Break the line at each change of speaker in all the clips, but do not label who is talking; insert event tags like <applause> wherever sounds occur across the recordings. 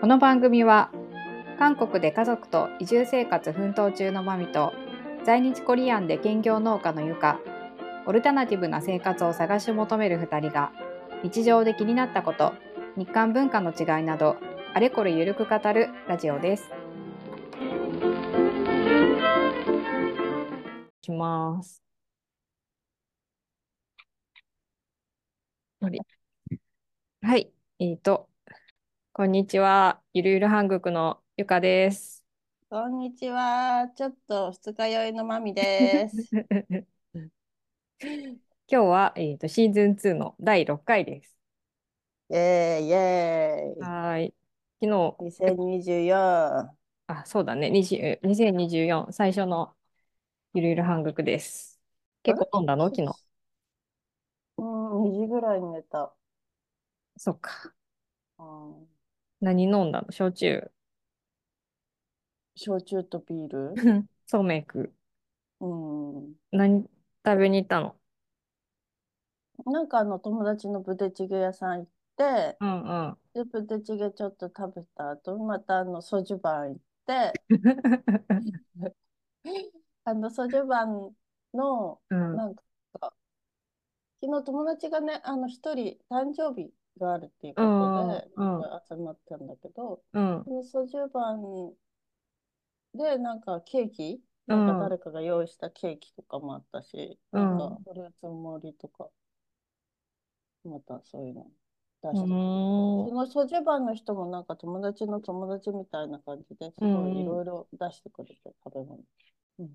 この番組は韓国で家族と移住生活奮闘中のマミと在日コリアンで兼業農家のユカオルタナティブな生活を探し求める2人が日常で気になったこと日韓文化の違いなどあれこれゆるく語るラジオです。<laughs>
します。
はい、えーと
こんにちは。ゆるゆる韓国のゆかです。
こんにちは。ちょっと二日酔いのまみです。
<laughs> 今日は、えー、とシーズン2の第6回です。
イェーイイェ
はーい。昨日、
ーイ。2024。
あ、そうだね。20 2024最初のゆるゆる韓国です。結構飲んだの昨日。
うん、2時ぐらいに寝た。
そっか。
うん、
何飲んだの焼酎。
焼酎とビー
<laughs>
ル。
そうめん食う。
うん。
何食べに行ったの
なんかあの友達のブテチゲ屋さん行って、
うんうん。
で、ブテチゲちょっと食べた後、またあのソジュバン行って、あのソジュバンの、
うん、
なんか、昨日友達がね、あの一人誕生日があるっていうこ
うんう
とで、
ん
集まったんだけど、
うん
そ、のソジュバンで、なんかケーキ、
う
なん
ん
か誰かが用意したケーキとかもあったし、
うん
なんかフルーツ盛りとか、またそういうの出
う
して
ん
て。そのソジュバンの人もなんか友達の友達みたいな感じです
うん
ご
うん
いいろいろ出してくれて食べ物。うん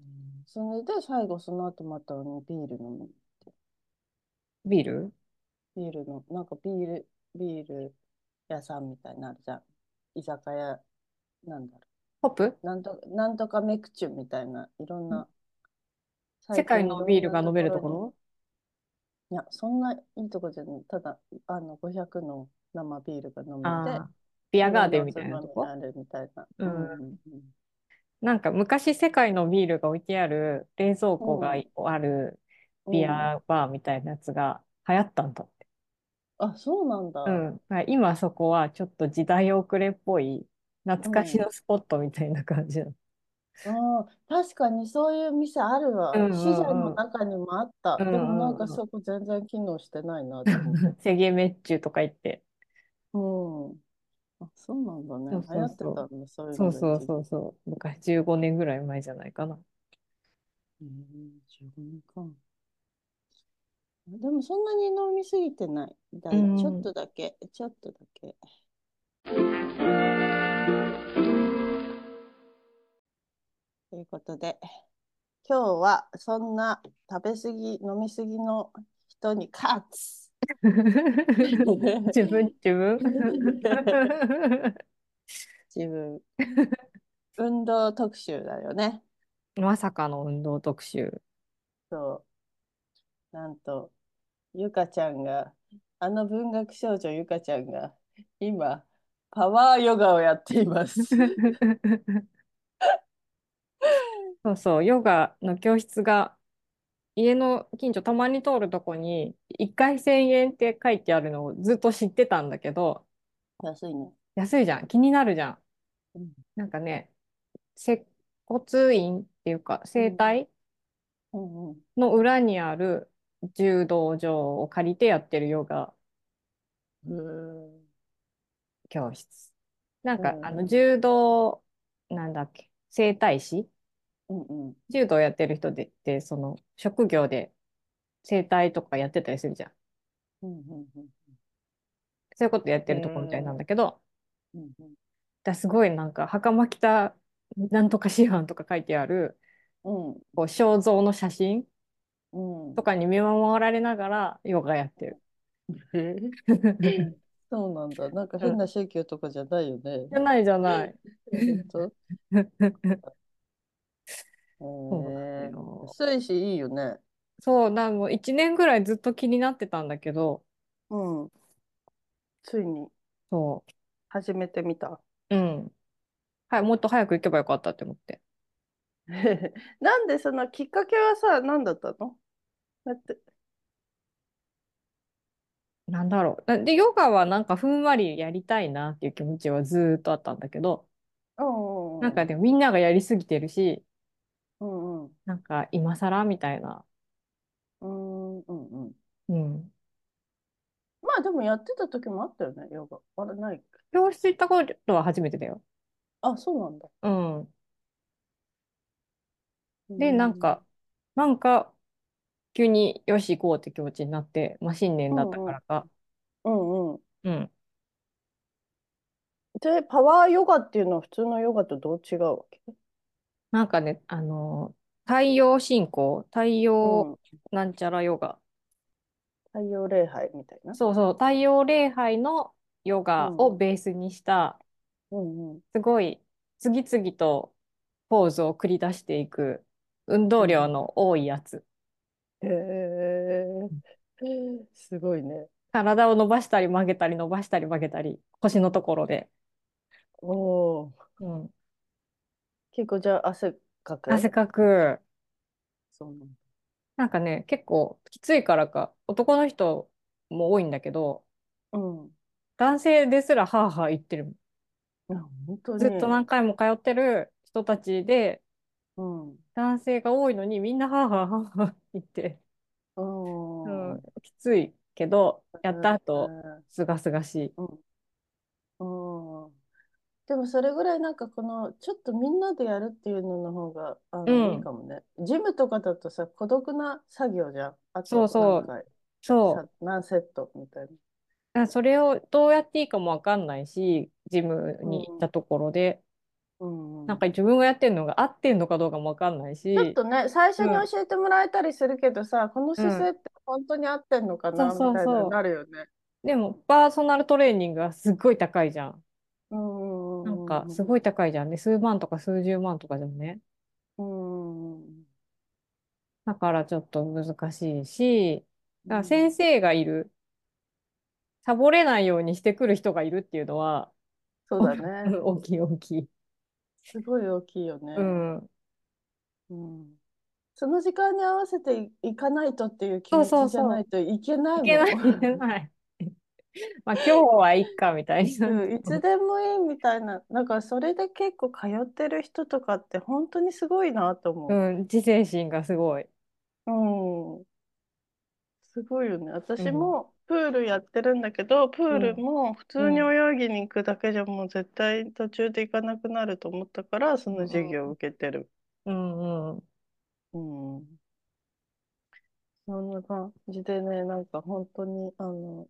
それで最後その後またあのビール飲む。
ビール
ビールの、なんかビール、ビール屋さんみたいになるじゃん。居酒屋、なんだろう。
ホップ
なんと、なんとかメクチュみたいな、いろんな、
世界のビールが飲めるとこ
ろ
ろ
いや、そんないいとこじゃない。ただ、あの、500の生ビールが飲めて、
ああ、ビアガーデンみたいなと
いろん
こ
なおつまみがあるみたいな。
うん
うんうん
なんか昔世界のビールが置いてある冷蔵庫が
うん
ある
うん
ビアバーみたいなやつが流行ったんだって。
あ、そうなんだ。
うん。だから今そこはちょっと時代遅れっぽい懐かしのスポットみたいな感じなの。
ああ、確かにそういう店あるわ。
うんうんうん
死者の中にもあった。
うんうん
でもなん
う
か
ん
そこ全然機能してないなと思って。
<laughs> セゲメッチュとか言って。
うん。あ、そうなんだね。
そうそうそう
流行ってたんだ、そういう
そ
の
う
が
そう
一時
そうそう。昔15年ぐらい前じゃないかな。
うん15年か。でもそんなに飲みすぎてない。だい
うん
ちょっとだけ、ちょっとだけ。ということで、今日はそんな食べ過ぎ、飲み過ぎの人に勝つ。
<laughs> 自
<laughs>
分、自分。
自分。運動特集だよね。
<laughs> まさかの運動特集。
そう。なんと、ゆかちゃんが、あの文学少女ゆかちゃんが、今、パワーヨガをやっています。
そうそう、ヨガの教室が家の近所たまに通るとこに1回1000円って書いてあるのをずっと知ってたんだけど
安いね。
安いじゃん気になるじゃん
うん。
なんかね接骨院っていうか整体
うんうん。
の裏にある柔道場を借りてやってるヨガ
うん
教室。なんか
うん
あの柔道なんだっけ整体師
うん
柔道やってる人でって、その職業で整体とかやってたりするじゃん。
うんうんうん
そういうことやってるとこみたいなんだけど、
うんうん
だすごいなんか袴着たなんとか師範とか書いてある
うん
こう肖像の写真
うん
とかに見守られながらヨガやってる。
そうなん
<laughs>
だ。なんか変な宗教とかじゃないよね
じ。ゃないじゃない。
本
そうなんだ
当え
よ
ー、安いしいいよね。
そう、なんかもう1年ぐらいずっと気になってたんだけど、
うん。ついに
そ
始めてみた。
う、うん。はい、もっと早く行けばよかったって思って。
<laughs> なんでそのきっかけはさ、何だったのだって、
なんだろう。で、ヨガはなんかふんわりやりたいなっていう気持ちはずーっとあったんだけど、
うん
なんかでもみんながやりすぎてるし、
うんうん
なんか今更みたいな。
うんうんうん
うん。
まあでもやってた時もあったよね、ヨガ。あれないっけ
教室行ったことは初めてだよ。
あ、そうなんだ。
うん。で、なんか、なんか、急によし行こうって気持ちになって、まあ、新年だったからか。
うんうん。
うん。
で、パワーヨガっていうのは普通のヨガとどう違うわけ
なんかね、あのー、太陽信仰、太陽
うん
なんちゃらヨガ。
太陽礼拝みたいな。
そうそう、太陽礼拝のヨガをベースにした、
うんうん。
すごい、次々とポーズを繰り出していく、運動量の多いやつ。
へえ、すごいね。
体を伸ばしたり曲げたり伸ばしたり曲げたり、腰のところで。
おお。
うん。
結構じゃあ汗かく。
汗かく。
そうなんだ。
なんかね、結構きついからか、男の人も多いんだけど、
うん。
男性ですらハーハー言ってる。
あ本当
ずっと
に。
何回も通ってる人たちで、
うん。
男性が多いのにみんなハーハーハーハー言って、う
うん
ん、きついけど、やった後、
うん
すがすがしい。
うんうんでもそれぐらいなんかこのちょっとみんなでやるっていうのの方があの、
うん
いいかもね。ジムとかだとさ孤独な作業じゃん。あと
そうそう
何回
そ
さ何セットみたいな。
う。それをどうやっていいかもわかんないし、ジムに行ったところで、
うんうん
なんか自分がやってるのが合ってんのかどうかもわかんないし、
ちょっとね最初に教えてもらえたりするけどさ、この姿勢って本当に合ってんのかな、
そうそうそう
みたいなのになるよね。
でもパーソナルトレーニングがすっごい高いじゃん。
うんうん
なんかす
い。
ごい高いじゃんね。数万とか数十万とかじゃんね。
うんうん
だからちょっと難しいし、だから
うん
先生がいる、サボれないようにしてくる人がいるっていうのは、
そうだね。
大きい大きい。
すごい大きいよね。
うん。
うんその時間に合わせていかないとっていう気
そう
持
そうそう
ちじゃないといけない
いけない、
もん
いけ
<laughs>
ない。まあ今日はいっかみたいになっ
うんいつでもいいみたいな、なんかそれで結構通ってる人とかって本当にすごいなと
う
思
ん、自制心がすごい。
う。うん。すごいよね。私もプールやってるんだけど、プールも普通に泳ぎに行くだけじゃもう絶対途中で行かなくなると思ったから、その授業を受けてる。
うんうん。
うん。そんな感じでね、なんか本当に、あの、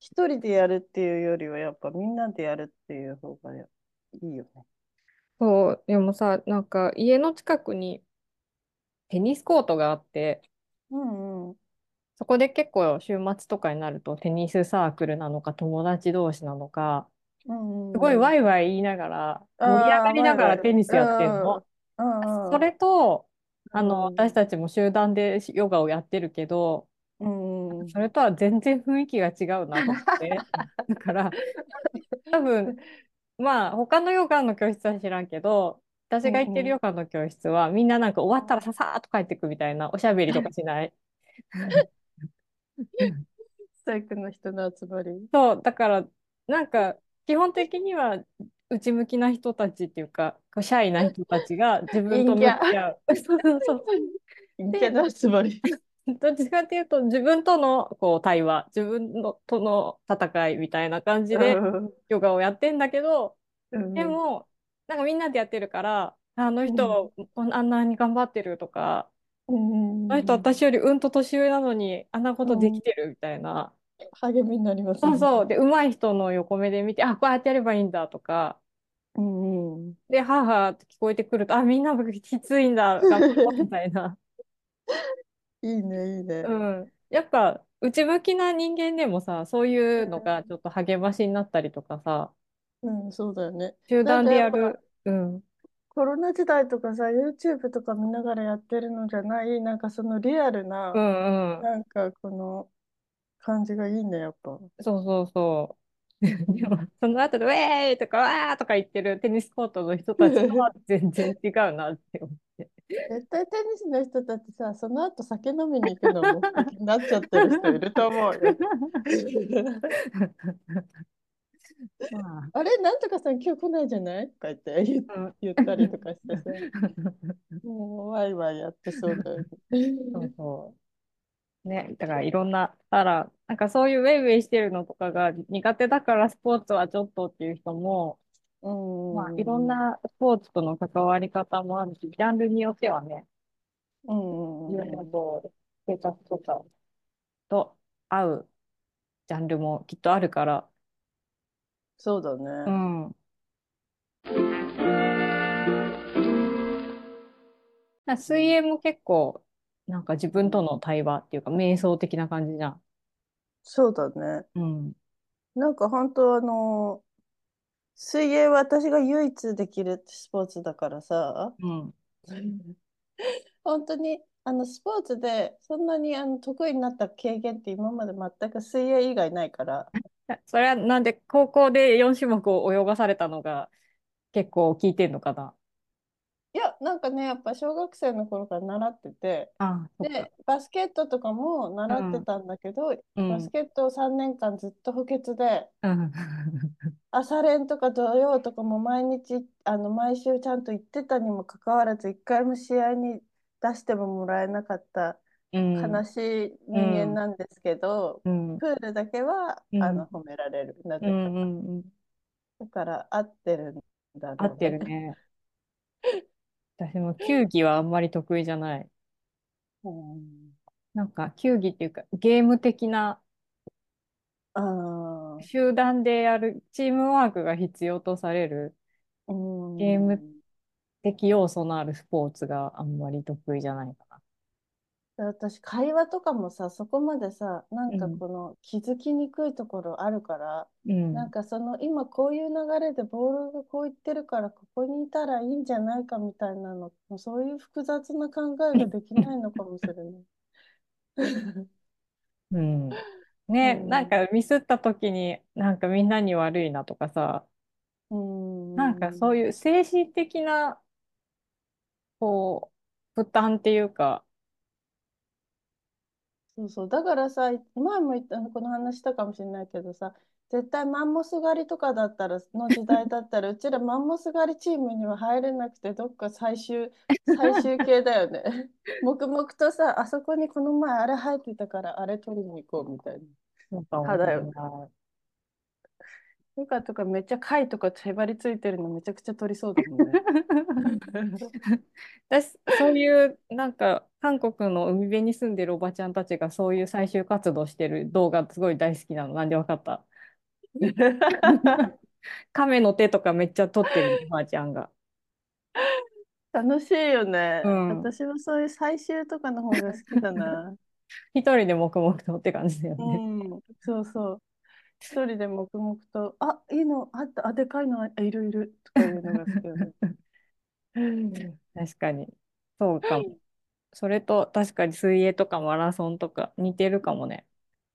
一人でやるっていうよりは、やっぱみんなでやるっていう方がいいよね。
そう、でもさ、なんか家の近くにテニスコートがあって、
うんうん。
そこで結構週末とかになるとテニスサークルなのか友達同士なのか、
うんうん、
すごいワ
イ
イワイ言いながら、
あー
盛り上がりながらテニスやってん
ワ
の。
うんうん、
それと、あ
うん
の、私たちも集団でヨガをやってるけど、
うんうん、
それとは全然雰囲気が違うなと思
<laughs>
って。だから、多分、まあ、他のヨガの教室は知らんけど、私が行ってるヨガの教室は、みんななんか終わったらささーっと帰ってくみたいな、おしゃべりとかしない。
体育の人の集まり。
そう、だから、なんか、基本的には、内向きな人たちっていうか、こうシャイな人たちが自分と向き合う。 <laughs> そうそうそう。
陰キャの集まり。
どっちかっていうと、自分とのこう対話、自分のとの戦いみたいな感じで
うん
ヨガをやってんだけど、
うん
でも、なんかみんなでやってるから、あの人、こんあんなに頑張ってるとか、
うん、
あの人、私よりうんと年上なのに、あんなことできてるみたいな。
励みになりますね
そうそう。で、上手い人の横目で見て、あ、こうやってやればいいんだとか、
うんうん。
で、はあはあって聞こえてくると、あ、みんなもきついんだ、頑張ろうみたい
<laughs>
な。
いいね、いいね。
うん、やっぱ内向きな人間でもさそういうのがちょっと励ましになったりとかさ
うん、そうだよね。
集団でや
なんか
る、うん、
コロナ時代とかさ、YouTube とか見ながらやってるのじゃない、なんかそのリアルな
う、んうん
なんかこの感じがいいね、やっぱ。
そうそうそう <laughs> でもその後で「ウェーイ!」とか「わー!」とか言ってるテニスコートの人たちとは全然違うなって思って
絶対テニスの人たちさ、その後酒飲みに行くのも目的になっちゃってる人いると思
<laughs>
うよ。
まあ
あれ、なんとかさん今日来ないじゃないとか言って言
うん
言ったりとか
<laughs>
してさ、もうワイワイやってそうだよね。
そうそう。ね、だからいろんな、あら、なんかそういうウェイウェイしてるのとかが苦手だからスポーツはちょっとっていう人も、
うん
まあいろん、なスポーツとの関わり方もあるし、ジャンルによってはね、
うんうん
いうろ
ん
んなこう、生活とかと合うジャンルもきっとあるから、
そうだ
う
ね。
ん。な水泳も結構、なんか自分との対話っていうか、瞑想的な感じじゃん。
そうだね。
うん。
なんか本当あの、水泳は私が唯一できるスポーツだからさ、
うん。
本当にあのスポーツでそんなにあの得意になった経験って今まで全く水泳以外ないから、
それはなんで高校で4種目を泳がされたのが結構効いてんのかない
や、なんかね、やっぱ小学生の頃から習ってて、
あそっか
で、バスケットとかも習ってたんだけど、
うん
バスケットを3年間ずっと補欠で、
うん
朝練とか土曜とかも毎日、あの毎週ちゃんと行ってたにもかかわらず、一回も試合に出してももらえなかった
うん
悲しい人間なんですけど、
うん
プールだけは、
うん
あの褒められる。なぜ
う
か。
んうんうん
だから合ってるんだろう
合ってる。ね私も球技はあんまり得意じゃない
うん
なんか球技っていうかゲーム的な
ああ、
集団でやるチームワークが必要とされる
うん
ゲーム的要素のあるスポーツがあんまり得意じゃないか
私、会話とかもさ、そこまでさ、なんか
うん
この気づきにくいところあるから、
な。うん
なんかその今こういう流れでボールがこういってるから、ここにいたらいいんじゃないかみたいなの、もうそういう複雑な考えができないのかもしれない。
<laughs> うん。ね、
うん
なんかミスった時になんかみんなに悪いなとかさ、
うん、
なんかそういう精神的なこう負担っていうか、
そうそう。だからさ、前も言った、あのこの話したかもしれないけどさ、絶対マンモス狩りとかだったら、の時代だったら、うちらマンモス狩りチームには入れなくて、どっか
<laughs>
最終、最終形だよね。黙々とさ、あそこにこの前あれ入ってたから、あれ取りに行こうみたいな。
なんか
歯だよ
思うな
ルカとかめっちゃ貝とかへばりついてるのめちゃくちゃ取りそうだもんね。
私、そういうなんか韓国の海辺に住んでるおばちゃんたちがそういう採集活動してる動画すごい大好きなの。なんでわかった亀の手とかめっちゃ取ってるおばあちゃんが。
<laughs> 楽しいよね。
うん
私はそういう採集とかの方が好きだ <laughs> な。
一人で黙々とって感じだよね。
うん、そうそう。一人で黙々と、あ、いいの、あった、あ、でかいの、あいるいる、とかいうのが好きだね。
確かに。そうかも。それと、確かに水泳とかマラソンとか似てるかもね。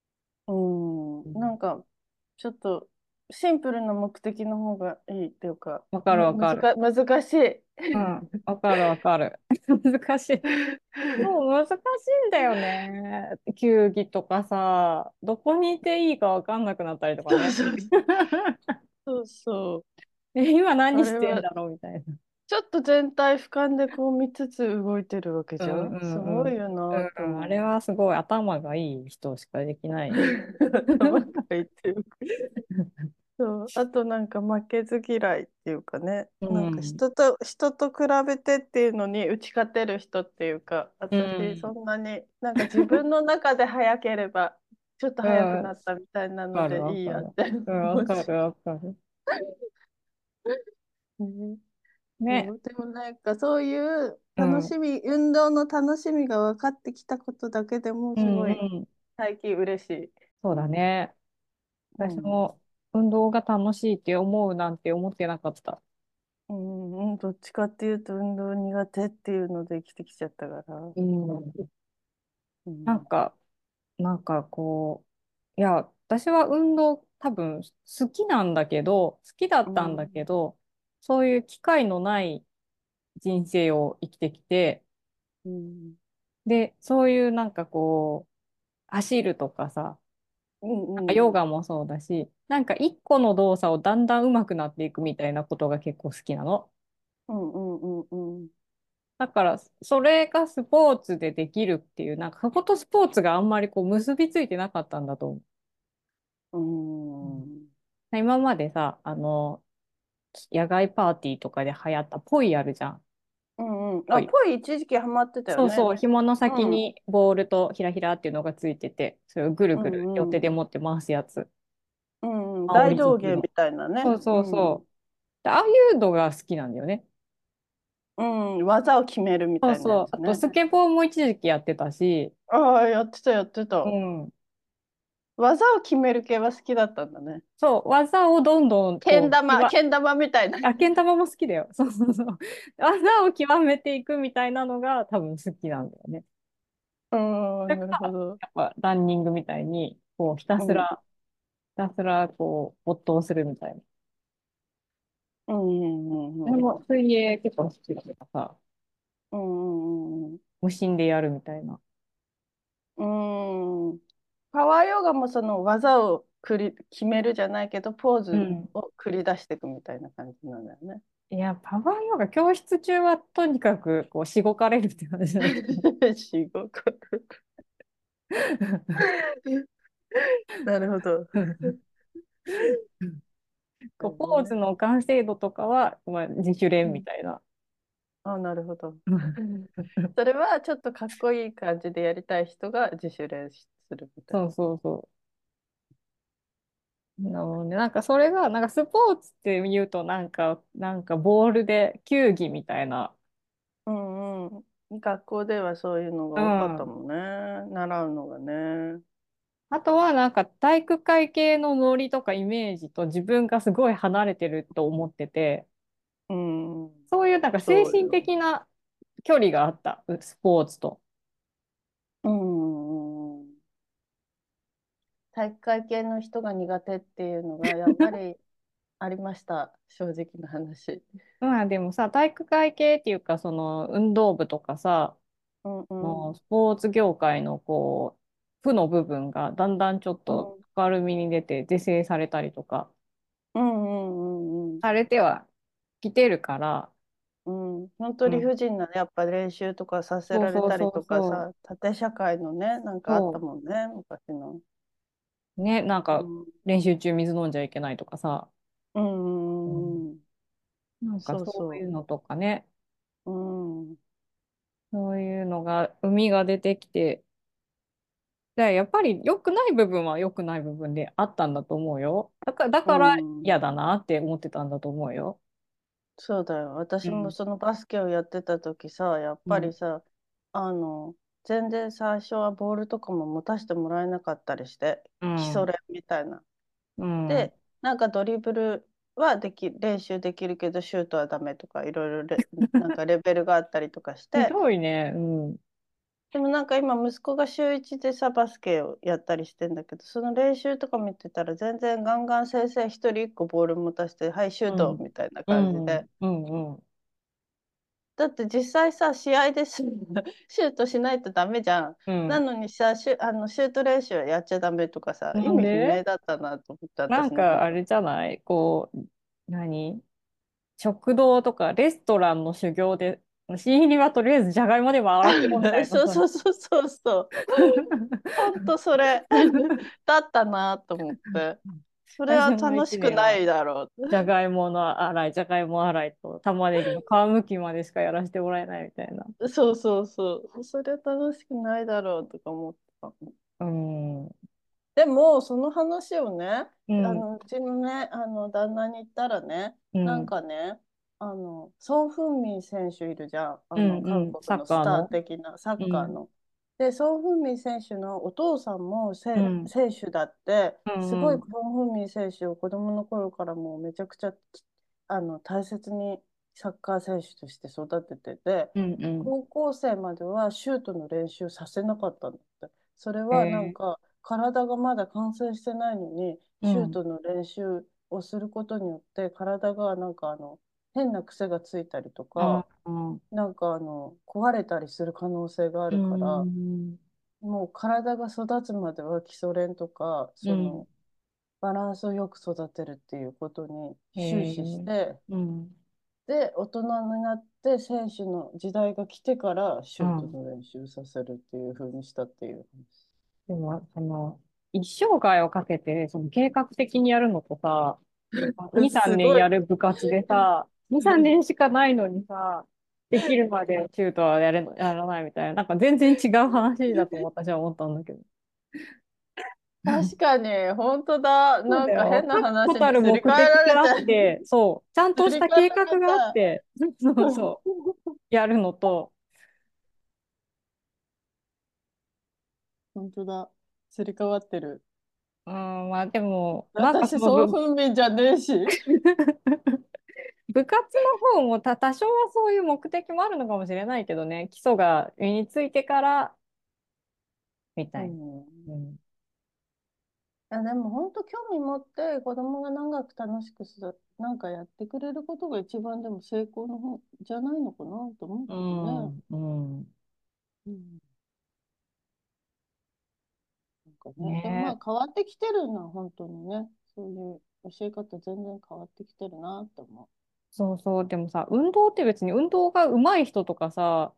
<laughs> うん、なんか、ちょっと、シンプルな目的の方がいいっていうか、
わかるわかる。
むずか難しい。
うん、わかるわかる。 <laughs> 難しい。もう難しいんだよね。球技とかさ、どこにいていいかわかんなくなったりとかね。
<laughs> そうそう。
え今何してんだろうみたいな。
ちょっと全体俯瞰でこう見つつ動いてるわけじゃ
うんうん
ん。
うん
すごいよなと
うん
思う。
あれ <laughs> はすごい頭がいい人しかできない。
頭がいいっていうかそう、あとなんか負けず嫌いっていうかね、
うん
なん <laughs> か人と人と比べてっていうのに打ち勝てる人っていうか、
うん
私そんなになんか自分の中で早ければちょっと早くなったみたいなのでいいやって
うん、
思
わ
う
か
し
るわかる。
ね
ね。
そうでもなんかそういう楽しみ、運動の楽しみが分かってきたことだけでもすごい
うんうん
最近嬉しい。
そうだね。私
うん
も運動が楽しいって思うなんて思ってなかった。
うんうん、どっちかっていうと運動苦手っていうので生きてきちゃったから。うん
なんか、なんかこう、いや、私は運動多分好きなんだけど、好きだったんだけど、そういう機会のない人生を生きてきて、
うん
で、そういうなんかこう、走るとかさ、
うんうん
ヨガもそうだし、なんか一個の動作をだんだん上手くなっていくみたいなことが結構好きなの。
うんうんうんうん
だから、それがスポーツでできるっていう、なんかそことスポーツがあんまりこう結びついてなかったんだと思
うん
う。今までさ、あの、野外パーティーとかで流行ったポイあるじゃん。
うんうん
は
あ
い
ぽい一時期ハマってた
そ
よ
う
ね
そう、紐の先にボールとひらひらっていうのがついてて、それをぐるぐ
うんう
る
ん
両手で持って回すやつ。
うんうん
青い
大道芸みたいなね
そうそうそう。でああいうのが好きなんだよね。
うんうん技を決めるみたい
そ
な
う
やつ
そう。あとス
ね
ケボーも一時期やってたし、
ああやってたやってた
うん。
技を決める系は好きだったんだね
そう、技をどんどんこう
けん玉
極
けん玉みたいな
あ、けん玉も好きだよ。 <laughs> そうそうそう。技を極めていくみたいなのが多分好きなんだよね。
うんなるほど
やっぱランニングみたいに、こうひたすら、ひたすらこう没頭するみたいな。
うんうんうん
でも水泳結構好きだからさ、
うんうん
無心でやるみたいな。
うんうんパワーヨガもその技を繰り決めるじゃないけどポーズ
うん
を繰り出していくみたいな感じなんだよね。
いや、パワーヨガ教室中はとにかくこうしごかれるって感じだ <laughs> ね
四五個なるほど。
こうポーズの完成度とかは、まあ、自主練みたいな。
あ、なるほど。それはちょっとかっこいい感じでやりたい人が自主練習するみた
そ
いな。
うそうそう。なので、なんかそれが、なんかスポーツって言うと、なんか、なんかボールで球技みたいな。
うんうん。学校ではそういうのが多かったもんね。習うのがね。
あとは、なんか体育会系のノリとかイメージと自分がすごい離れてると思ってて、
うん。
そういうなんか精神的な距離があった、うスポーツと。
うん。体育会系の人が苦手っていうのがやっぱりありました。正直な話。
まあでもさ、体育会系っていうか、その運動部とかさ、
うんうん。
もうスポーツ業界のこう、負の部分がだんだんちょっと明るみに出て是正されたりとか
うんうんうん
されてはきてるから、
うん、うん、本当理不尽なね、やっぱ練習とかさせられたりとか
そうそうそう
さ、縦社会のね、なんかあったもんね、昔の。
ね、なん
う
か
ん
練習中水飲んじゃいけないとかさ、
うん
なんか
そうそう
そういうのとかね、
うんうん、
そういうのが、海が出てきて、で、やっぱり良くない部分は良くない部分であったんだと思うよ。だから、だから
うん
嫌だなって思ってたんだと思うよ。
そうだよ。私
う
も
ん
そのバスケをやってた時さ、やっぱりさ、あの、全然最初はボールとかも持たせてもらえなかったりして、
うん
基礎練みたいな。
うん
で、なんかドリブルはでき、練習できるけど、シュートはダメとか、いろい
<laughs>
ろレ、なんかレベルがあったりとかし
ひ
て、
どいね。うん。
でもなんか今息子が週1でさバスケをやったりしてんだけどその練習とか見てたら全然ガンガン先生一人一個ボール持たせてはいシュート
うん
みたいな感じで、
うんうんうん。
だって実際さ試合ですシュート <laughs> しないとダメじゃん、
うん
なのにさシュ、あのシュート練習はやっちゃダメとかさ
なん
意
で
味不明だったなと思った
なんかあれじゃないこう、何食堂とかレストランの修行で、新入りはとりあえずじゃがいもでも洗ってこみたいな。
<laughs> そうそうそうそうそうほんとそ
<laughs>
れだったなと思ってそれは楽しくないだろう
じゃがいもの洗い、じゃがいも洗いと玉ねぎの皮むきまでしかやらせてもらえないみたいな。
そうそうそう。それは楽しくないだろうとか思った。
うん。う
でも、その話をね、
ん。
あのうちのね、あの旦那に言ったらね、
うん
なんかね、あの、ソン・フンミン選手いるじゃん。あ
うんうん
の、韓国のス
サ
タ
ッカーの
ー的な、サッカーの。で、ソン・フンミン選手のお父さんもせ、
うん
選手だって
うんう、ん
すごいソン・フンミン選手を子供の頃からもうめちゃくちゃ、あの、大切にサッカー選手として育ててて、
うんうん。
高校生まではシュートの練習させなかったんだって。それはなんか体がまだ完成してないのに、
うん
シュートの練習をすることによって体がなんかあの変な癖がついたりとか、
うん
なんかあの、壊れたりする可能性があるから、
うん
もう体が育つまでは基礎練とか、その、バランスをよく育てるっていうことに終始して、
うん
で、大人になって選手の時代が来てからシュートの練習させるっていう風にしたっていう。
でも、その、一生涯をかけて、その計画的にやるのと
<laughs>
さ、2、3年やる部活でさ、2、3年しかないのにさ、できるまでシュートはやれの、やらないみたいな、なんか全然違う話だと私は思ったんだけど。
確かに、本当だ。なんか変な話
確固
に
たる
す
目
り
的
替えられ
が
て
あって、そう、ちゃんとした計画があって、そうそう、やるのと、
<laughs> 本当だ。すり替わってる。
うん、まあでも、なんか
私、
その
そう
部
分明じゃね
<laughs>
えし。
部活の方もた多少はそういう目的もあるのかもしれないけどね、基礎が身についてから、みたいな。
うん
うん
いやでも本当興味持って子供が長く楽しくする、なんかやってくれることが一番でも成功の方じゃないのかなと思うけどね。
うんうん
うんなんかね、
ね
でもまあ変わってきてるのは本当にね、そういう教え方全然変わってきてるなって思
そうそう、でもさ、運動って別に運動が上手い人とかさ、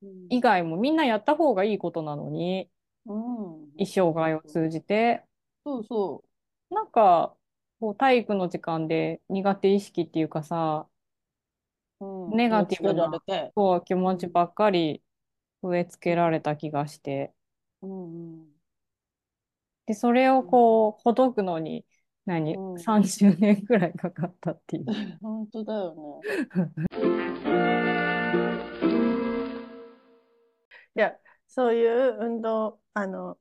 う。うん
以外もみんなやった方がいいことなのに、
うん、
一生涯を通じて、
そうそ
なんか、こう体育の時間で苦手意識っていうかさ、
う、うん、
ネガティブな
やっつけられて、
こう気持ちばっかり植え付けられた気がして。
うんうん、
で、それをこう、ほどくのに、何、
うん
30年くらいかかったっていう。
本当だよね。 <laughs> いや、そういう運動、あの、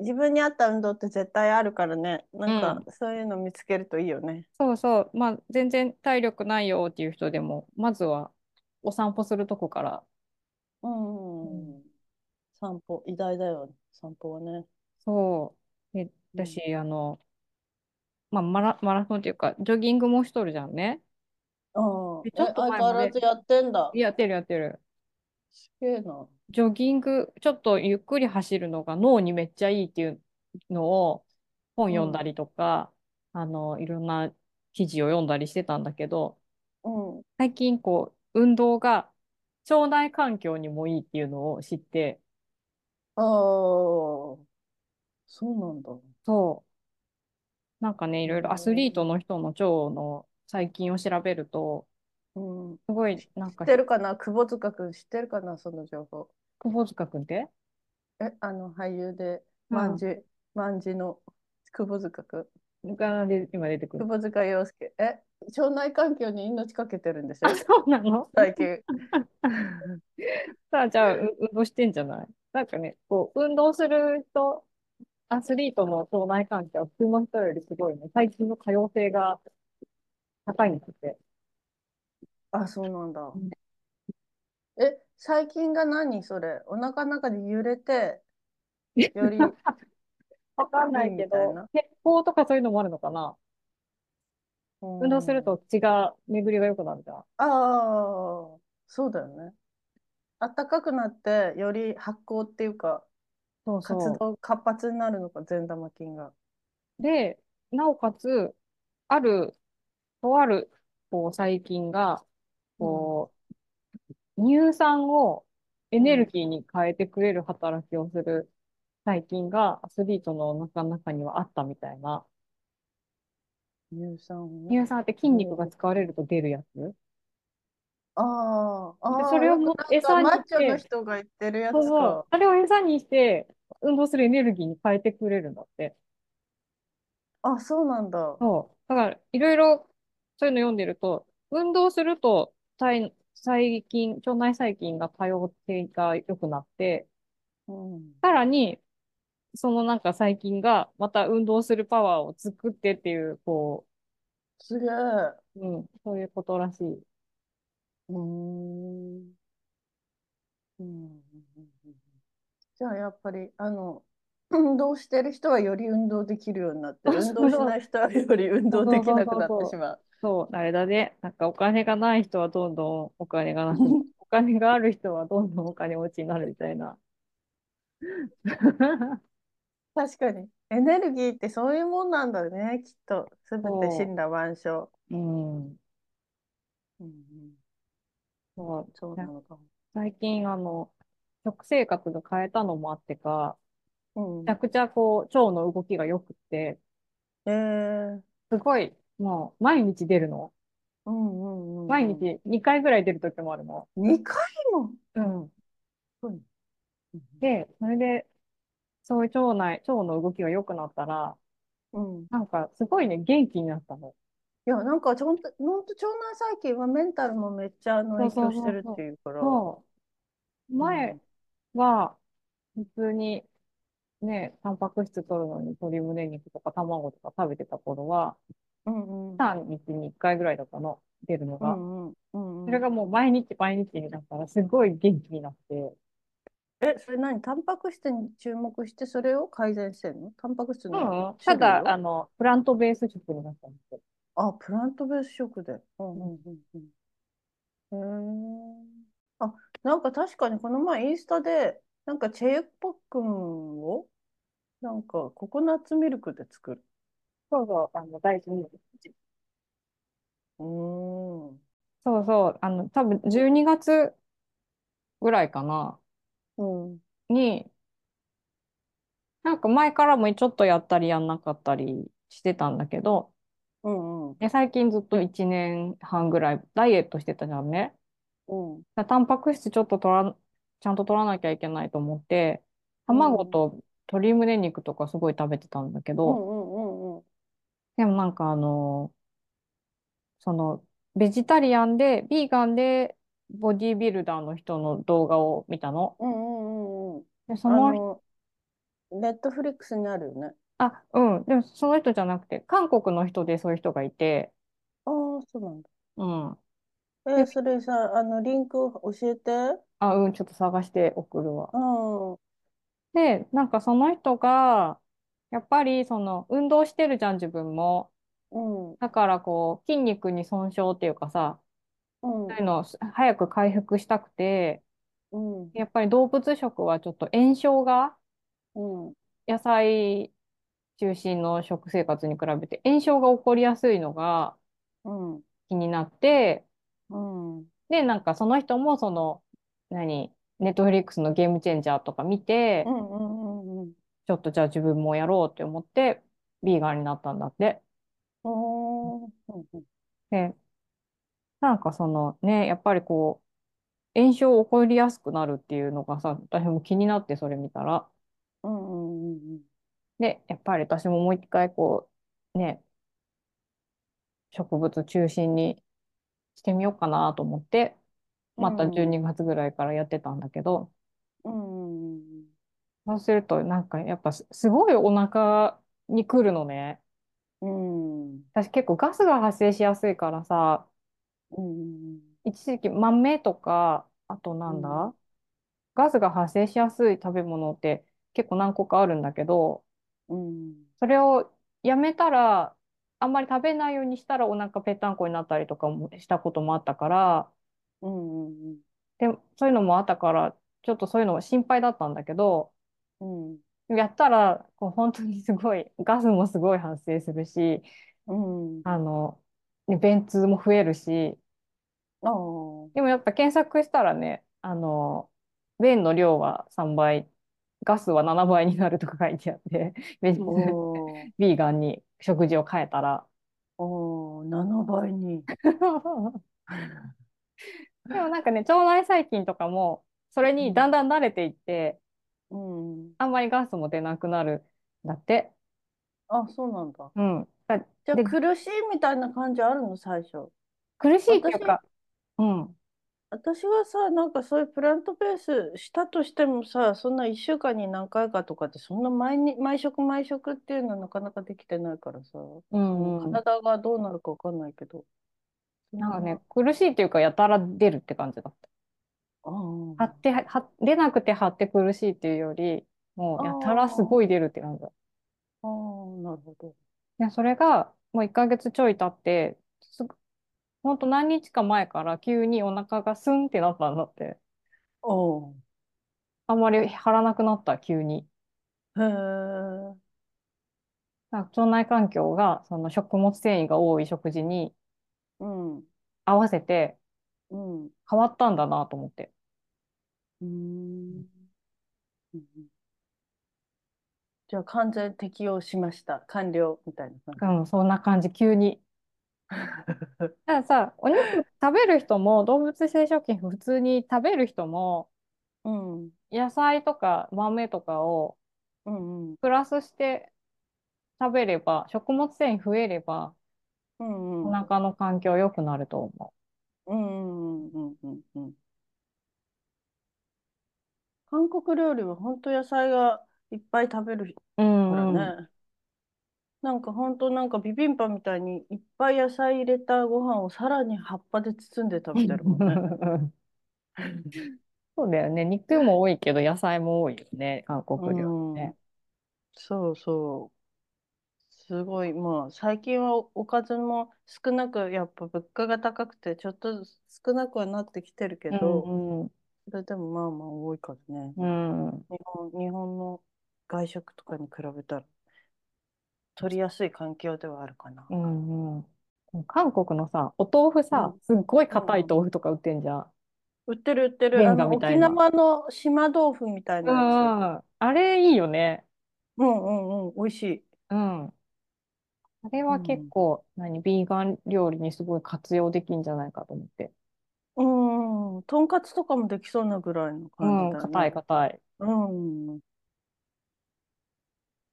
自分に合った運動って絶対あるからね、なんかそういうの見つけるといいよね。
そうそう。まあ、全然体力ないよっていう人でも、まずはお散歩するとこから。
うんうんうん。散歩、偉大だよね、散歩はね。
そう。で、
うん
だし、あの、まあ、マラ、マラソンっていうか、ジョギングもしとるじゃんね。
うん。
で
え、
ちょっと前も
相
ね
変わらずやってんだ。
やってるやってる。
すげえな。
ジョギング、ちょっとゆっくり走るのが脳にめっちゃいいっていうのを本読んだりとか、あの、いろんな記事を読んだりしてたんだけど、
うん。
最近こう、運動が腸内環境にもいいっていうのを知って、
ああ、そうなんだ。
そう、なんかね、いろいろアスリートの人の腸の細菌を調べると、
うん。
すごいなん
知
か
って、るかな窪塚くん知ってるかなその情報。
窪塚くんって
え、あの、俳優で、
うん
万事、万事の、窪塚くん。
がで今出てくる。
窪塚洋介。え、腸内環境に命かけてるんでしょ
あ、そうなの
最近。
<laughs> さあ、じゃあ、う運動してんじゃないなんかね、こう、運動する人、アスリートの腸内環境は普通の人よりすごいね、最近の可用性が高いんですって。
あ、そうなんだ
ん。
え、最近が何それ。お腹の中で揺れて、より、
わかんないけ
いいみたい
ど
な、
血行とかそういうのもあるのかな <laughs> 運
運
動する。と血が、巡りが良くなるじゃん。
ああ、そうだよね。暖かくなって、より発酵っていうか、
そう
活
そう。
動活発になるのか、善玉菌が。
で、なおかつ、ある、とある、こう、細菌が、こう、乳酸をエネルギーに変えてくれる働きをする細菌がアスリートのお腹の中にはあったみたいな。
乳酸をね
乳酸って筋肉が使われると出るやつ。
ああ、
で
ああ、
それを
よくなん
餌
か
に
マッチョ
して
の人が言ってるやつ
そうそう
か。。
あれを餌にして、運動するエネルギーに変えてくれるんだって。
あ、そうなんだ。
そう。だから、いろいろそういうの読んでると、運動すると体、細菌、腸内細菌が多様性が良くなって、
うん。
さらに、そのなんか細菌がまた運動するパワーを作ってっていう、こ
すげえ。
う、うん、そういうことらしい。
うーん。うん。じゃあやっぱり、あの、 <laughs> 運動してる人はより運動できるようになって、運動しない人はより運動できなくなってしまう。
そう、あれだね。なんかお金がない人はどんどんお金がなく、お金がある人はどんどんお金持ちになるみたいな。 <laughs>
確かに。エネルギーってそういうもんなんだね、きっと。すべて
そう
森羅万象。
うん。
うんうん、
そう
そうなのか
最近、あの、食生活が変えたのもあってか、
も。
め
うん
ちゃくちゃこう、腸の動きが良くって、
えー、
すごい、もう、毎日出るの。
うんうんうんうん。
毎。日2回ぐらい出る時もあるの。
2回も。
うん。
うん
で、それで、そういう腸内、腸の動きが良くなったら、
うん、い
なんか、すごいね、元気になったの。
や、なんか、ちょんと、ほんと腸内細菌はメンタルもめっちゃあの
そうそう
影響
そう
してるっていうから。
そう。前は、普通に、ね、タンパク質取るのに鶏胸肉とか卵とか食べてた頃は、
うんうん。
3日に1回ぐらいだったの、出るの
う
が。
んうんうんうん
それがもう毎日毎日になったら、すごい元気になって。
え、それ何タンパク質に注目してそれを改善してんのタンパク質の
うんただ、
種類
あ
を
の、プラントベース食になったんですよ。
あ、プラントベース食で。うんうんうんうん。へえ。あ、なんか確かにこの前インスタで、なんかチェユッパックンを、なんかココナッツミルクで作る。
そうそう、あの、大事に。
うーん。
そうそう、あの、多分12月ぐらいかな、
うん。
に、なんか前からもちょっとやったりやんなかったりしてたんだけど、
うんうん。
で最近ずっと1年半ぐらいダイエットしてたじゃんね。
うん。
だタンパク質ちょっと取ら、ちゃんと取らなきゃいけないと思って、卵と鶏胸肉とかすごい食べてたんだけ
う
ど、
んうんうんうん。
でもなんかあのーその、ベジタリアンで、ビーガンで、ボディービルダーの人の動画を見たの。
うんうんうんうん。
で、そ
あ
の人、
の、ネットフリックスにあるよね。
あ、うん、でもその人じゃなくて、韓国の人でそういう人がいて、
ああ、そうなんだ。
うん。
えーそれさ、あの、リンクを教えて。
あ、うん、ちょっと探して送るわ。
うん。
で、なんかその人が、やっぱりその、運動してるじゃん、自分も。
うん。
だからこう、筋肉に損傷っていうかさ、
うん
そういうのを早く回復したくて、
うん。
やっぱり動物食はちょっと炎症が、
うん。
野菜中心の食生活に比べて炎症が起こりやすいのが
うん。
気になって、
うん。
で、なんかその人もその、何、ネットフリックスのゲームチェンジャーとか見て
う、んうんうんうん。
ちょっとじゃあ自分もやろうって思って、ビーガンになったんだって。
おーうんうん
で、なんかそのね、やっぱりこう、炎症起こりやすくなるっていうのがさ、私も気になってそれ見たら。
うんうんうん
で、やっぱり私ももう一回こう、ね、植物中心にしてみようかなと思って、また
うん
12月ぐらいからやってたんだけど、
うんうん
そうするとなんかやっぱす、すごいお腹にくるのね。
うん
私結構ガスが発生しやすいからさ、
うん
一時期豆とか、あとなんだ、
うん
ガスが発生しやすい食べ物って結構何個かあるんだけど、
うん
それをやめたら、あんまり食べないようにしたらお腹ぺったんこになったりとかもしたこともあったから、
うんうん
で、そういうのもあったから、ちょっとそういうの心配だったんだけど、
うん
やったら、こう本当にすごい、ガスもすごい発生するし、
うん
あの、ね便通も増えるし、
あー
でもやっぱ検索したらね、あの、便の量は3倍、ガスは7倍になるとか書いてあって、便通
おー
ビーガンに食事を変えたら。
おー7倍に
でも <laughs> なんかね、腸内細菌とかも、それにだんだん慣れていって、
うん
あんまりガスも出なくなるんだって。
あそうなんだ
うん。だ
じゃあ
で
苦しいみたいな感じあるの最初
苦しいっていうか、うん。
私はさ、なんかそういうプラントベースしたとしてもさ、そんな1週間に何回かとかって、そんな毎日、毎食毎食っていうのはなかなかできてないからさ、
うんうん。
体がどうなるかわかんないけど。
なんかね、苦しいっていうか、やたら出るって感じだった。
うん、
張って、は出なくて張って苦しいっていうより、もうやたらすごい出るって感じだ。
ああ、なるほど。
で、それが、もう1ヶ月ちょい経って、すぐ、ほんと何日か前から急にお腹がスンってなったんだって。
おう。
あんまり張らなくなった、急に。
へえ。
なんか腸内環境が、その食物繊維が多い食事に
うん。
合わせて
うん。う
変わったんだなと思って。
ーん。うんじゃあ完全適用しました。完了みたいな
う
感
ん、そんな感じ、急に。 <laughs> たださ、お肉食べる人も、動物性食品普通に食べる人も、
じ。うん。
野菜とか豆とかを
うんうん。
プラスして食べれば、食物繊維増えれば、
うんう
お
ん。
腹の環境良くなると思
うんうんうんうんうんうん。韓国料理は本当野菜がいっぱい食べる
う。う
から
ん、うん。
ね。なんか本当なんかビビンバみたいにいっぱい野菜入れたご飯をさらに葉っぱで包んで食べてるもん
<laughs>
ね。
そうだよね。肉も多いけど、野菜も多いよね、韓国料理
うん
ね。。
そうそう。すごい、まあ最近はお、おかずも少なく、やっぱ物価が高くてちょっと少なくはなってきてるけ
う
ど、
ん、
それでもまあまあ多いからね。
うん、うん。
日本、日本の外食とかに比べたら取りやすい環境ではあるかな。
うんうん、韓国のさ、お豆腐さ
う、
すっごい硬い豆腐とか売ってんじゃん。
売ってる売って
レ
る。
ン
あ
ガ
の、
みたい
沖
な
縄の島豆腐みたいうなやつ。
ん、あれいいよね。
うんうんうん、美味しい。
うん。あれは結構、何、ビーガン料理にすごい活用できんじゃないかと思って。
うんうん、とんかつとかもできそうなぐらいの
う
感
ん、
じだ
硬い
ね。
硬い。
うん。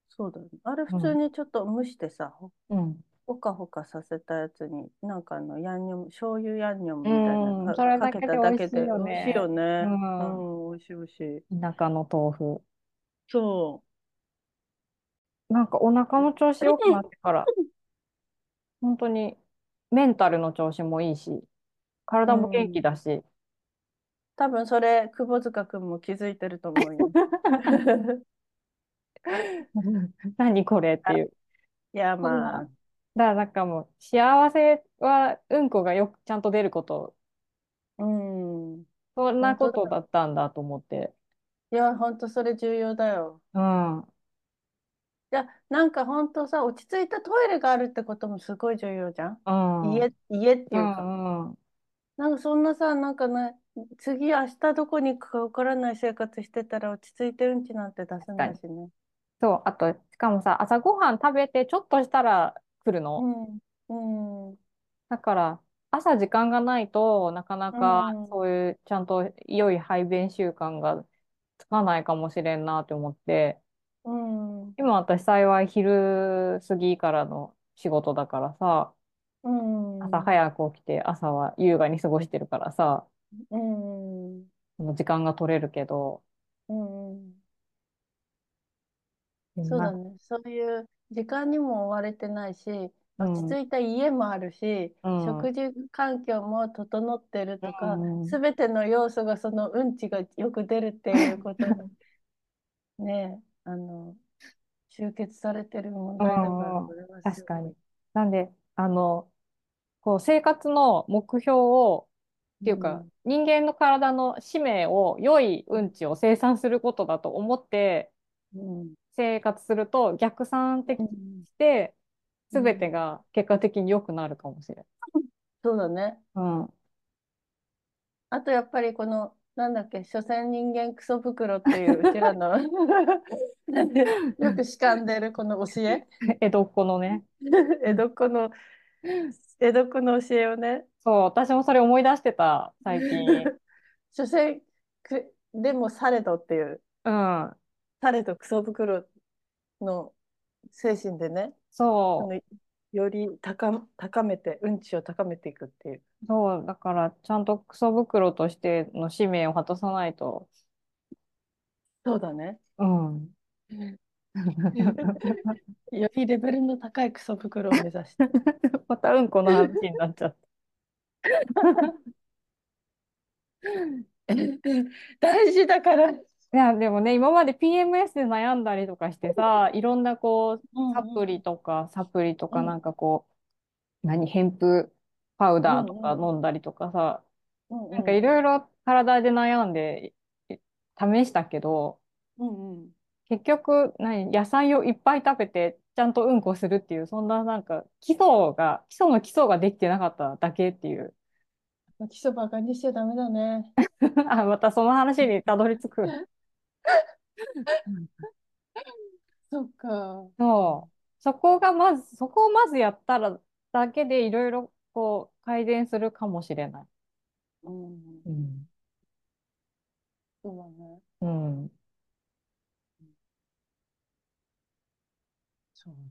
そうだね。あれ普通にちょっと蒸してさ、ほ
うん。
ほかほかさせたやつに、なんかあの、ヤンニョム、醤油ヤンニョムみたい
うん、
な
それ
か、
だ
かけ
け
た
で
だ
美味
け
しい
で
よ
美味しいよ
ね。
ね。う、
うん
美味しい美味しい。
ん、田舎の豆腐。
そう。
なんかお腹の調子良くなってから、本当にメンタルの調子もいいし、体も元気だし、
多分それ、窪塚くんも気づいてると思
<laughs>
うよ。
何これっていう。
いや、
そんな
まあ、
だからなんかもう幸せはうんこがよくちゃんと出ること
うん。い
そんなこ
本当
とだったんだと思って
や、ほんとそれ重要だよ。
うん
いや、なんかほんとさ、落ち着いたトイレがあるってこともすごい重要じゃん。
うん
家、家って
う
いうか。
んうん
なんかそんなさ、なんかね、次明日どこに行くかわからない生活してたら落ち着いてうんちなんて出せないしね。
そうあとしかもさ朝ごはん食べてちょっとしたら来る
う
の
ん。うん。
だから朝時間がないとなかなか
うん
そういうちゃんと良い排便習慣がつかないかもしれんなと思って
うん。
今私幸い昼過ぎからの仕事だからさ
うん。
朝早く起きて朝は優雅に過ごしてるからさ
うん。
その時間が取れるけど、
うん。
でも
そう
なん
だ
か
ね。そういう時間にも追われてないし、
うん
落ち着いた家もあるし、
うん
食事環境も整ってるとか
うん、
すべての要素がそのうんちがよく出るっていうこと <laughs> に、ね、あの、集結されてる問題だから、
うんうん
これは
確か
す
に。なんで、あの、こう生活の目標を、っていうか、人間の体の使命を、良いうんちを生産することだと思って
ごい、うん
生活すると、逆算的
う
に
ん
して、
う
す
ん
べてが結果的に良くなるかもしれない。
そうだね。
うん。
あとやっぱりこの、なんだっけ、所詮人間クソ袋っていう、うちらの <laughs> よく仕んでるこの教え。
江戸っ子のね。
<laughs> 江戸っ子の、江戸っ子の教えをね、
そう、私もそれ思い出してた、最 <laughs> 近。
所詮く、でもされどっていう、
うん。
されどクソ袋の精神でね、あ
そう。
のより高、高めて、うんちを高めていくっていう。
そう、だから、ちゃんとクソ袋としての使命を果たさないと。
そうだね。
うん。
よりレベルの高いクソ袋を目指して。
またうんこの話になっちゃっ
大事だから。
た。 <laughs> いや、でもね、今まで PMS で悩んだりとかしてさ、いろんなこう、サプリとか、サプリとか、なんかこう、何、偏風パウダーとか飲んだりとかさ、
うん
なんかいろいろ体で悩んでい試したけど、
うんうん。
結局、何、野菜をいっぱい食べて、ちゃんとうんこするっていう、そんななんか基礎が、基礎の基礎ができてなかっただけっていう。 <laughs>
基礎バカにしちゃダメだね。
あ、またその話にたどり着く。
そっか。
そう。そこがまず、そこをまずやったらだけでいろいろこう改善するかもしれない。
うん。
うん。
そうだね。
うん。
そうだね。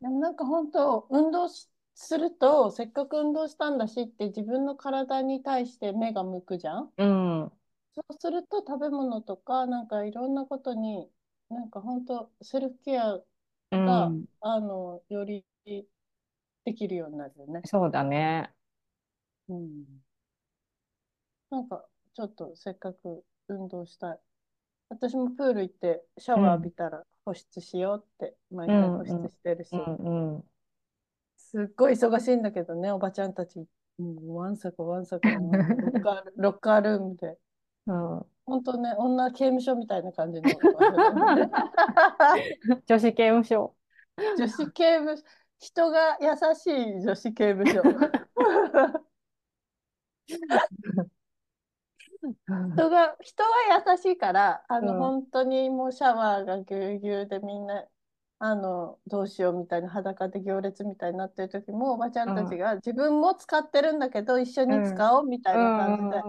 でもなんか本当、運動しすると、せっかく運動したんだしって自分の体に対して目が向くじゃん。
うん。
そうすると食べ物とか、なんかいろんなことに、なんか本当、セルフケア、が
うん
あの、よりできるようになるよね。
そうだね。
うん。なんか、ちょっとせっかく運動したい。私もプール行ってシャワー浴びたら保湿しようって毎回保湿してるし、
うんうん。
すっごい忙しいんだけどね、おばちゃんたち、もうわんさかわんさか、もうロッカー
<laughs>
ル、ロッカールームで。
うん、
本当ね、女刑務所みたいな感じ
<laughs>
の。
女子刑務所。
女子刑務所、人が優しい女子刑務所。人が、人は優しいから、あの、
うん
本当にもうシャワーがぎゅうぎゅうでみんな、あの、どうしようみたいな裸で行列みたいになってる時も、おばちゃんたちが自分も使ってるんだけど、一緒に使おうみたいな感じで、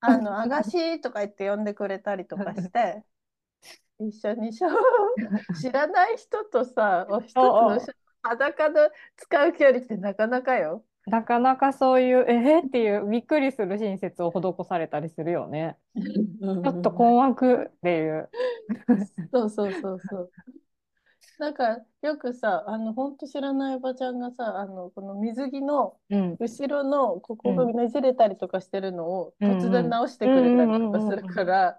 あの、あがしとか言って呼んでくれたりとかして、 <laughs> 一緒にシャワー、知らない人と <laughs> さ、お一つのシャワー裸の使う距離ってなかなかよ。
なかなかそういう、えーっていうびっくりする親切を施されたりするよね。ちょっと困惑っていう。
そうそうそうそう。なんかよくさ、あの本当知らないおばちゃんがさ、あのこの水着の
うん。
後ろのここがねじれたりとかしてるのを
うん
突然直してくれたりとかするから、 <laughs> っ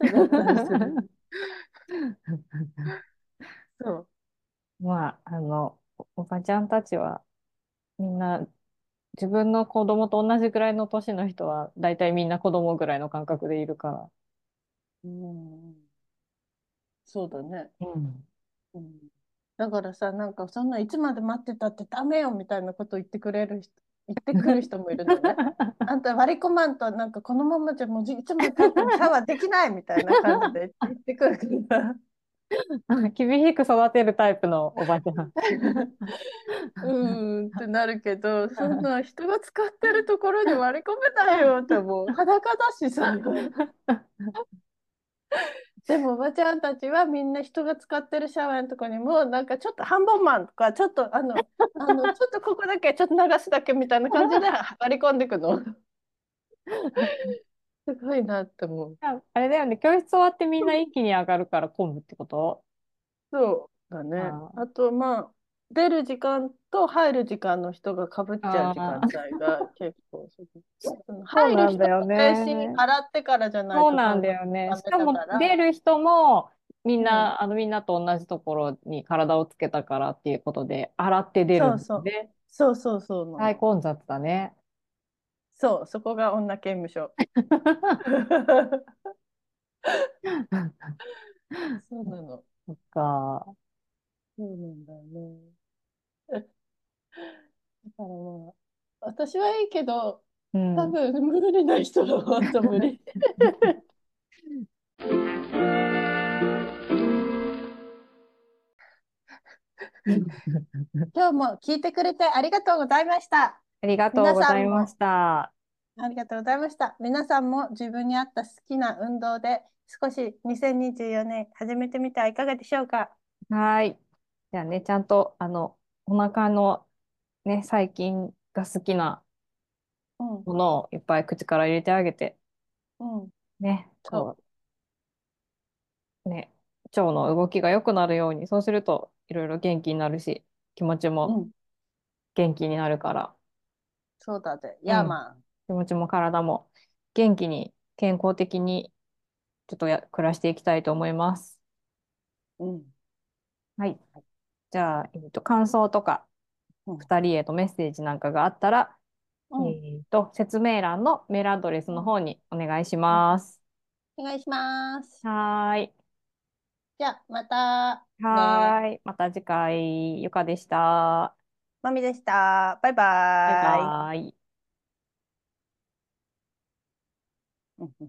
てなったりする。 <laughs> そう。
まあ、あの、おおばちゃんたちは、みんな、自分の子供と同じぐらいの年の人は、大体みんな子供ぐらいの感覚でいるから。
うん、そうだね。
うん。
うん、だからさ、なんかそんないつまで待ってたってダメよみたいなこと言ってくれる人、言ってくる人もいるのね。あんた割り込まんと、なんかこのままじゃもうじいつまで経ってもシャワーできないみたいな感じで言ってくるから。
<laughs> 厳しく育てるタイプのおばちゃん。
うーんってなるけど、そんな人が使ってるところに割り込めないよってもう裸だしさ。でもおばちゃんたちはみんな人が使ってるシャワーのとこにもなんかちょっと半ボマンとかちょっとあのあのちょっとここだけちょっと流すだけみたいな感じで割り込んでくの。すごいなって思う。
あれだよね、教室終わってみんな一気に上がるから混むってこと
そうだね。
あ
あとまあ出る時間と入る時間の人がかぶっちゃう時間帯が結構その入る
そうな
人
ん
も
だよね
全身洗ってからじゃないと
そうなんだよね。しかも
ダメだから
出る人もみんな、あのみんなと同じところに体をつけたからっていうことで、洗って出るん
そうそう
で、
そうそうそうなの
大混雑だね。
そうそこが女刑
<laughs>
務所そうなの
そっか。
そうなんだよね。だからまあ私はいいけど
うん。
多分無理な人は本当無理。今日も聞いてくれてありがとうございました。
ありがとうございました。
ありがとうございました。皆さんも自分に合った好きな運動で少し2024年始めてみてはいかがでしょうか。
はい。じゃあね、ちゃんと、あの、お腹の、ね、細菌が好きな
うん、
ものをいっぱい口から入れてあげて、
うん、
ね、
そ
こう、ね、腸の動きが良くなるように、そうすると、いろいろ元気になるし、気持ち
う
も
ん、
元気になるから、
そうだぜ。ヤーマン。
気持ちも体も元気に、健康的に、ちょっとや、暮らしていきたいと思います。
うん、
はい。じゃあ、えっと、感想とか、
うん
2人へのメッセージなんかがあったら、
うん
えーと説明欄のメールアドレスの方にお願いします。
お願いします。
はーい。
じゃあ、また、
はーい。また次回、ゆかでした。
まみでした。バ
バ
イ
イ
バ
バイ。
イ。